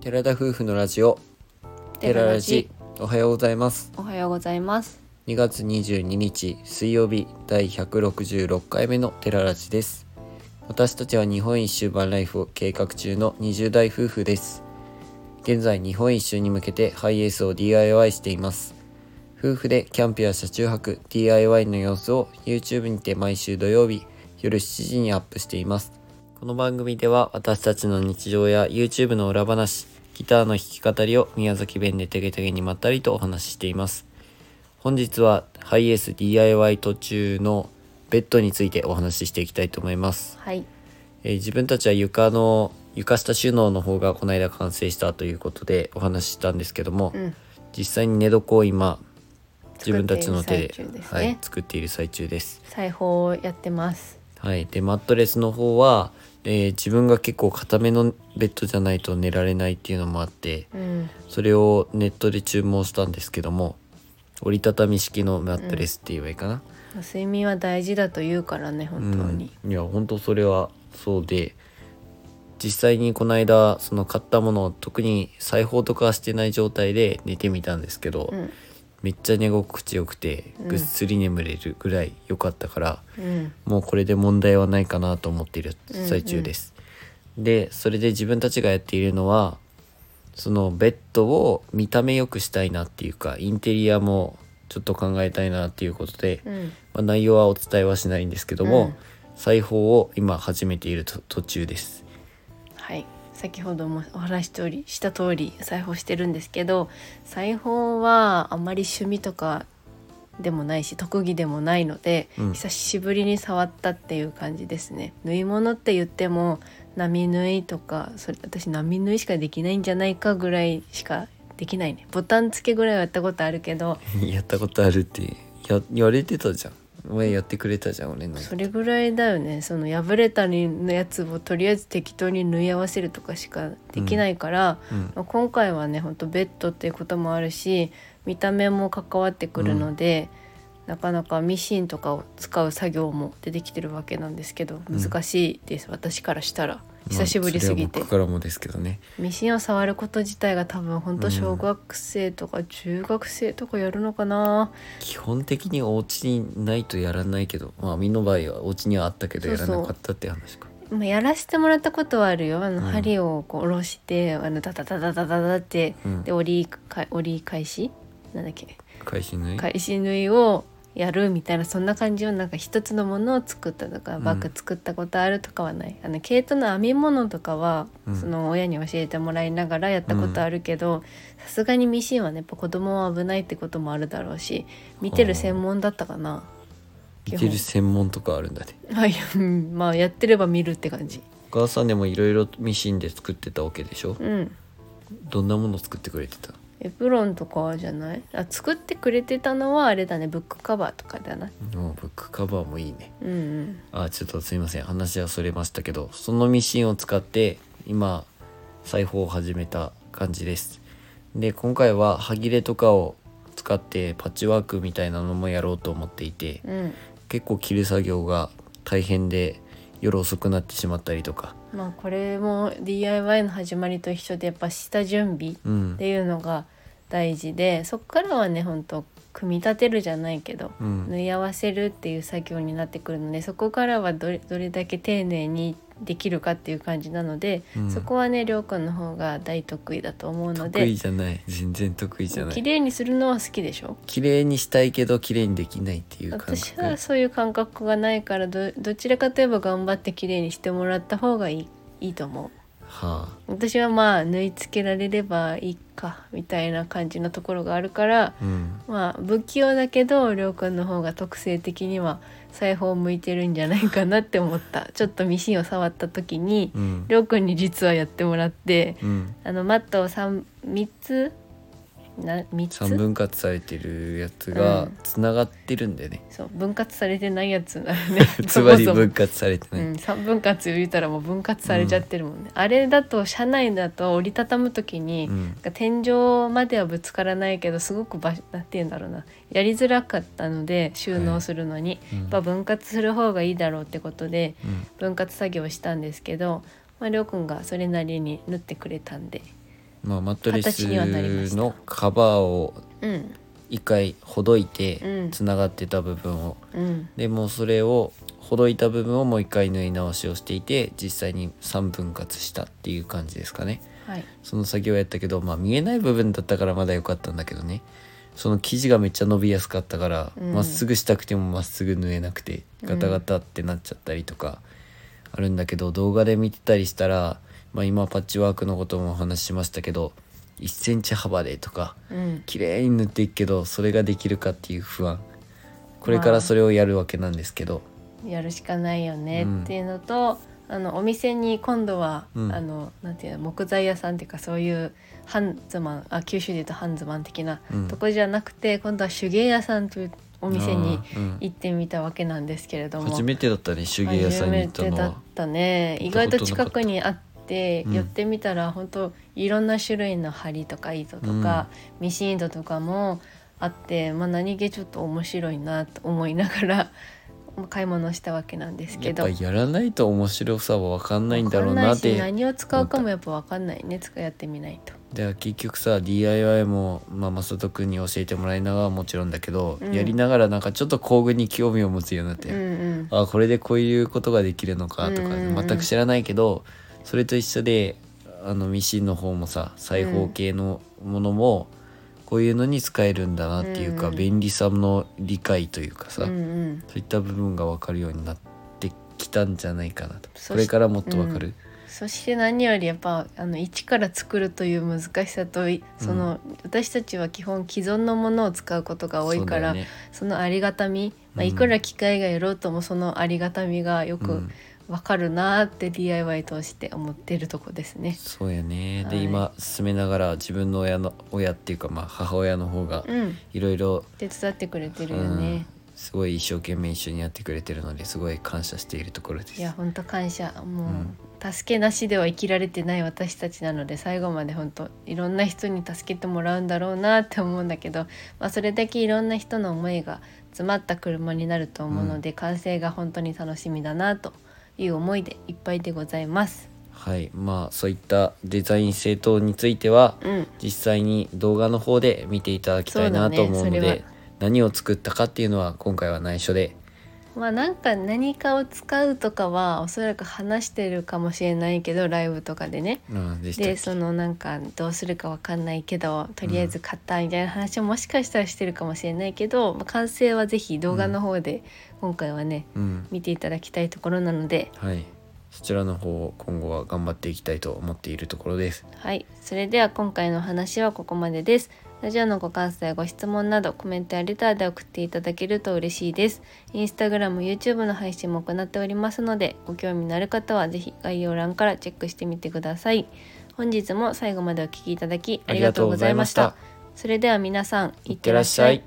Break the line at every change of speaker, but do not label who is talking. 寺田夫婦のラジオ寺ラジおはようございます
おはようございます
2月22日水曜日第166回目の寺ラジです私たちは日本一周バンライフを計画中の20代夫婦です現在日本一周に向けてハイエースを DIY しています夫婦でキャンプや車中泊 DIY の様子を YouTube にて毎週土曜日夜7時にアップしていますこの番組では私たちの日常や YouTube の裏話ギターの弾き語りを宮崎弁でてげてげにまったりとお話ししています本日はハイエース DIY 途中のベッドについてお話ししていきたいと思います、
はい
えー自分たちは床の床下収納の方がこの間完成したということでお話ししたんですけども、
うん
実際に寝床を今自分たちの手で
作っている最中です
はい、作っている最中です。
ね裁縫をやってます
はい、でマットレスの方は、えー自分が結構固めのベッドじゃないと寝られないっていうのもあって
うん
それをネットで注文したんですけども折りたたみ式のマットレスって言えばいいかな。
睡眠は大事だと言うからね本当に、
うん、いや本当それはそうで実際にこの間その買ったものを特に裁縫とかはしてない状態で寝てみたんですけど、
うん
めっちゃ寝心地よくて
うん
ぐっすり眠れるぐらい良かったから、
うん
もうこれで問題はないかなと思っている最中です。でそれで自分たちがやっているのはそのベッドを見た目良くしたいなっていうかインテリアもちょっと考えたいなっていうことで、
うん
まあ、内容はお伝えはしないんですけども、
うん
裁縫を今始めていると途中です。
はい先ほどもお話ししておりした通り裁縫してるんですけど裁縫はあまり趣味とかでもないし特技でもないので、
うん
久しぶりに触ったっていう感じですね縫い物って言っても波縫いとかそれ私波縫いしかできないんじゃないかぐらいしかできないねボタン付けぐらいはやったことあるけど
やったことあるってや言われてたじゃん。お前やってくれたじゃん俺の。
それぐらいだよねその破れたりのやつをとりあえず適当に縫い合わせるとかしかできないから、
うん
まあ今回はねほんとベッドっていうこともあるし見た目も関わってくるので、なかなかミシンとかを使う作業も出てきてるわけなんですけど
うん
難しいです、私からしたら
まあ
久しぶりすぎ
それ
て、
は僕からもですけどね。
ミシンを触ること自体が多分ほんと小学生とか中学生とかやるのかな、
基本的にお家にないとやらないけどまあみんの場合はお家にはあったけどやらなかったって話か
まあ、やらせてもらったことはあるよあの
うん
針をこう下ろしてあのダダダダダダダって
うん
で折りか折り返しなんだっけ
返しない
返し縫いをやるみたいなそんな感じをなんか一つのものを作ったとか
うん
バッグ作ったことあるとかはない、あの毛糸の編み物とかは、
うん
その親に教えてもらいながらやったことあるけどさすがにミシンはねやっぱ子供は危ないってこともあるだろうし見てる専門だったかな
見てる専門とかあるんだね
はいうん まあやってれば見るって感じ
お母さんでもいろいろミシンで作ってたわけでしょ
うん
どんなもの作ってくれてた
エプロンとかじゃないあ作ってくれてたのはあれだねブックカバーとかだな
もうブックカバーもいいね
うんうん
あちょっとすいません話はそれましたけどそのミシンを使って今裁縫を始めた感じですで今回は端切れとかを使ってパッチワークみたいなのもやろうと思っていて、
うん
結構切る作業が大変で夜遅くなってしまったりとか、
まあこれも DIY の始まりと一緒でやっぱ下準備っ
うん
ていうのが大事でそっからはねほんと組み立てるじゃないけど
うん
縫い合わせるっていう作業になってくるのでそこからはどれどれだけ丁寧にできるかっていう感じなので、
うん
そこはねりょうくんの方が大得意だと思うの
得意
で
じゃない全然得意じゃな
綺
い
麗にするのは好きでしょ
綺麗にしたいけど綺麗にできないっていう感
私
覚
はそういう感覚がないからどどちらかといえば頑張って綺麗にしてもらった方がいいいいと思う。
は
私はまあ縫い付けられればいいかみたいな感じのところがあるから
あ、うん、
まあ不器用だけどりょうくんの方が特性的には裁縫向いてるんじゃないかなって思った ちょっとミシンを触った時に
うん
りょうくんに実はやってもらって
うん、
あのマットを 3, 3つな3つ
3分割されてるやつが
うん
つながってるんだよね、
そう分割されてないやつなのね
つまり
そもそも
分割されて
う
ない、
ん、3分割言うたらもう分割されちゃってるもんね、あれだと車内だと折りたたむ時に、
うん
天井まではぶつからないけどすごくばなんて言うんだろうなやりづらかったので収納するのに、
うん
やっぱ分割する方がいいだろうってことで
うん
分割作業をしたんですけど、まあ、りょうくんがそれなりに縫ってくれたんで
まあ、マットレ
形にはなりまし
ス
た
のカバーを
うん
一回ほどいうて
ん
つながってた部分を、
うん
でもうそれをほどいた部分をもう一回縫い直しをしていて実際に3分割したっていう感じですかね
はい
その作業をやったけどまあ見えない部分だったからまだ良かったんだけどねその生地がめっちゃ伸びやすかったから
うん
ま、っすぐしたくてもまっすぐ縫えなくて
うん
ガタガタってなっちゃったりとかあるんだけど、動画で見てたりしたら、まあ、今パッチワークのこともお話ししましたけど1センチ幅でとか
うん
綺麗に塗っていくけどそれができるかっていう不安これからそれをやるわけなんですけど、
やるしかないよね
うん
っていうのと、あのお店に今度は、
うん
あのなんていうの木材屋さんっていうかそういうハンズマンあ九州でいうとハンズマン的な
うん
とこじゃなくて、今度は手芸屋さんというお店に
あーうん
行ってみたわけなんですけれども
初めてだったね手芸屋さんに行った
初め
の
てだ
は
ったね
行
意
ったことな
外
かった
と近くにあっ
う
て、
ん
寄ってみたら本当いろんな種類の針とか糸とか、ミシン糸とかもあって、まあ、何気ちょっと面白いなと思いながら まあ買い物したわけなんです
や
け
っ
ど
ぱやらないと面白さは分かんないんだろう
わかん
なっ
いして何を使うかもやっぱ分かんないね使いやってみないと。
で結局さ DIY も、まあ、正人君に教えてもらいながらはもちろんだけど、
うん
やりながらなんかちょっと工具に興味を持つようになって、
うんうん
あこれでこういうことができるのかとか、
うんうんうん
全く知らないけどそれと一緒であのミシンの方もさ裁縫系のものもこういうのに使えるんだなっていうか、
うんうん
便利さの理解というかさ、
うんうん、
そういった部分が分かるようになってきたんじゃないかなと
そし
これからもっと分かる、
そして何よりやっぱあの一から作るという難しさといその、私たちは基本既存のものを使うことが多いか
そう
ら
だよね
そのありがたみ、まあ、
うん
いくら機械がやろうともそのありがたみがよ
う
く
ん
わかるなーって DIY 通して思ってるとこですね。
そうやね、
は
で
い
今進めながら自分の親の親っていうかまあ母親の方が
うん、
いろいろ
手伝ってくれてるよ
うん
ね。
すごい一生懸命一緒にやってくれてるのですごい感謝しているところです
いや本当感謝もう、
うん
助けなしでは生きられてない私たちなので最後まで本当いろんな人に助けてもらうんだろうなって思うんだけど、まあ、それだけいろんな人の思いが詰まった車になると思うので、完成が本当に楽しみだなという思いでいっぱいでございます。
はいまあそういったデザイン性等については
うん、
実際に動画の方で見ていただきたいなと思うの
そ
で
うだねそれは
何を作ったかっていうのは今回は内緒で
まあなんか何かを使うとかはおそらく話してるかもしれないけどライブとかでね。
うんでしたっけ
でそのなんかどうするかわかんないけどとりあえず買ったみたいな話をもしかしたらしてるかもしれないけど、まあ完成はぜひ動画の方で今回はね、
うん
見ていただきたいところなので
はいそちらの方を今後は頑張っていきたいと思っているところです
はいそれでは今回の話はここまでですラジオのご感想やご質問などコメントやレターで送っていただけると嬉しいですインスタグラム YouTube の配信も行っておりますのでご興味のある方はぜひ概要欄からチェックしてみてください本日も最後までお聞きいただきありがとうございました
ありがとうござい
それでは皆さん
いってらっしゃい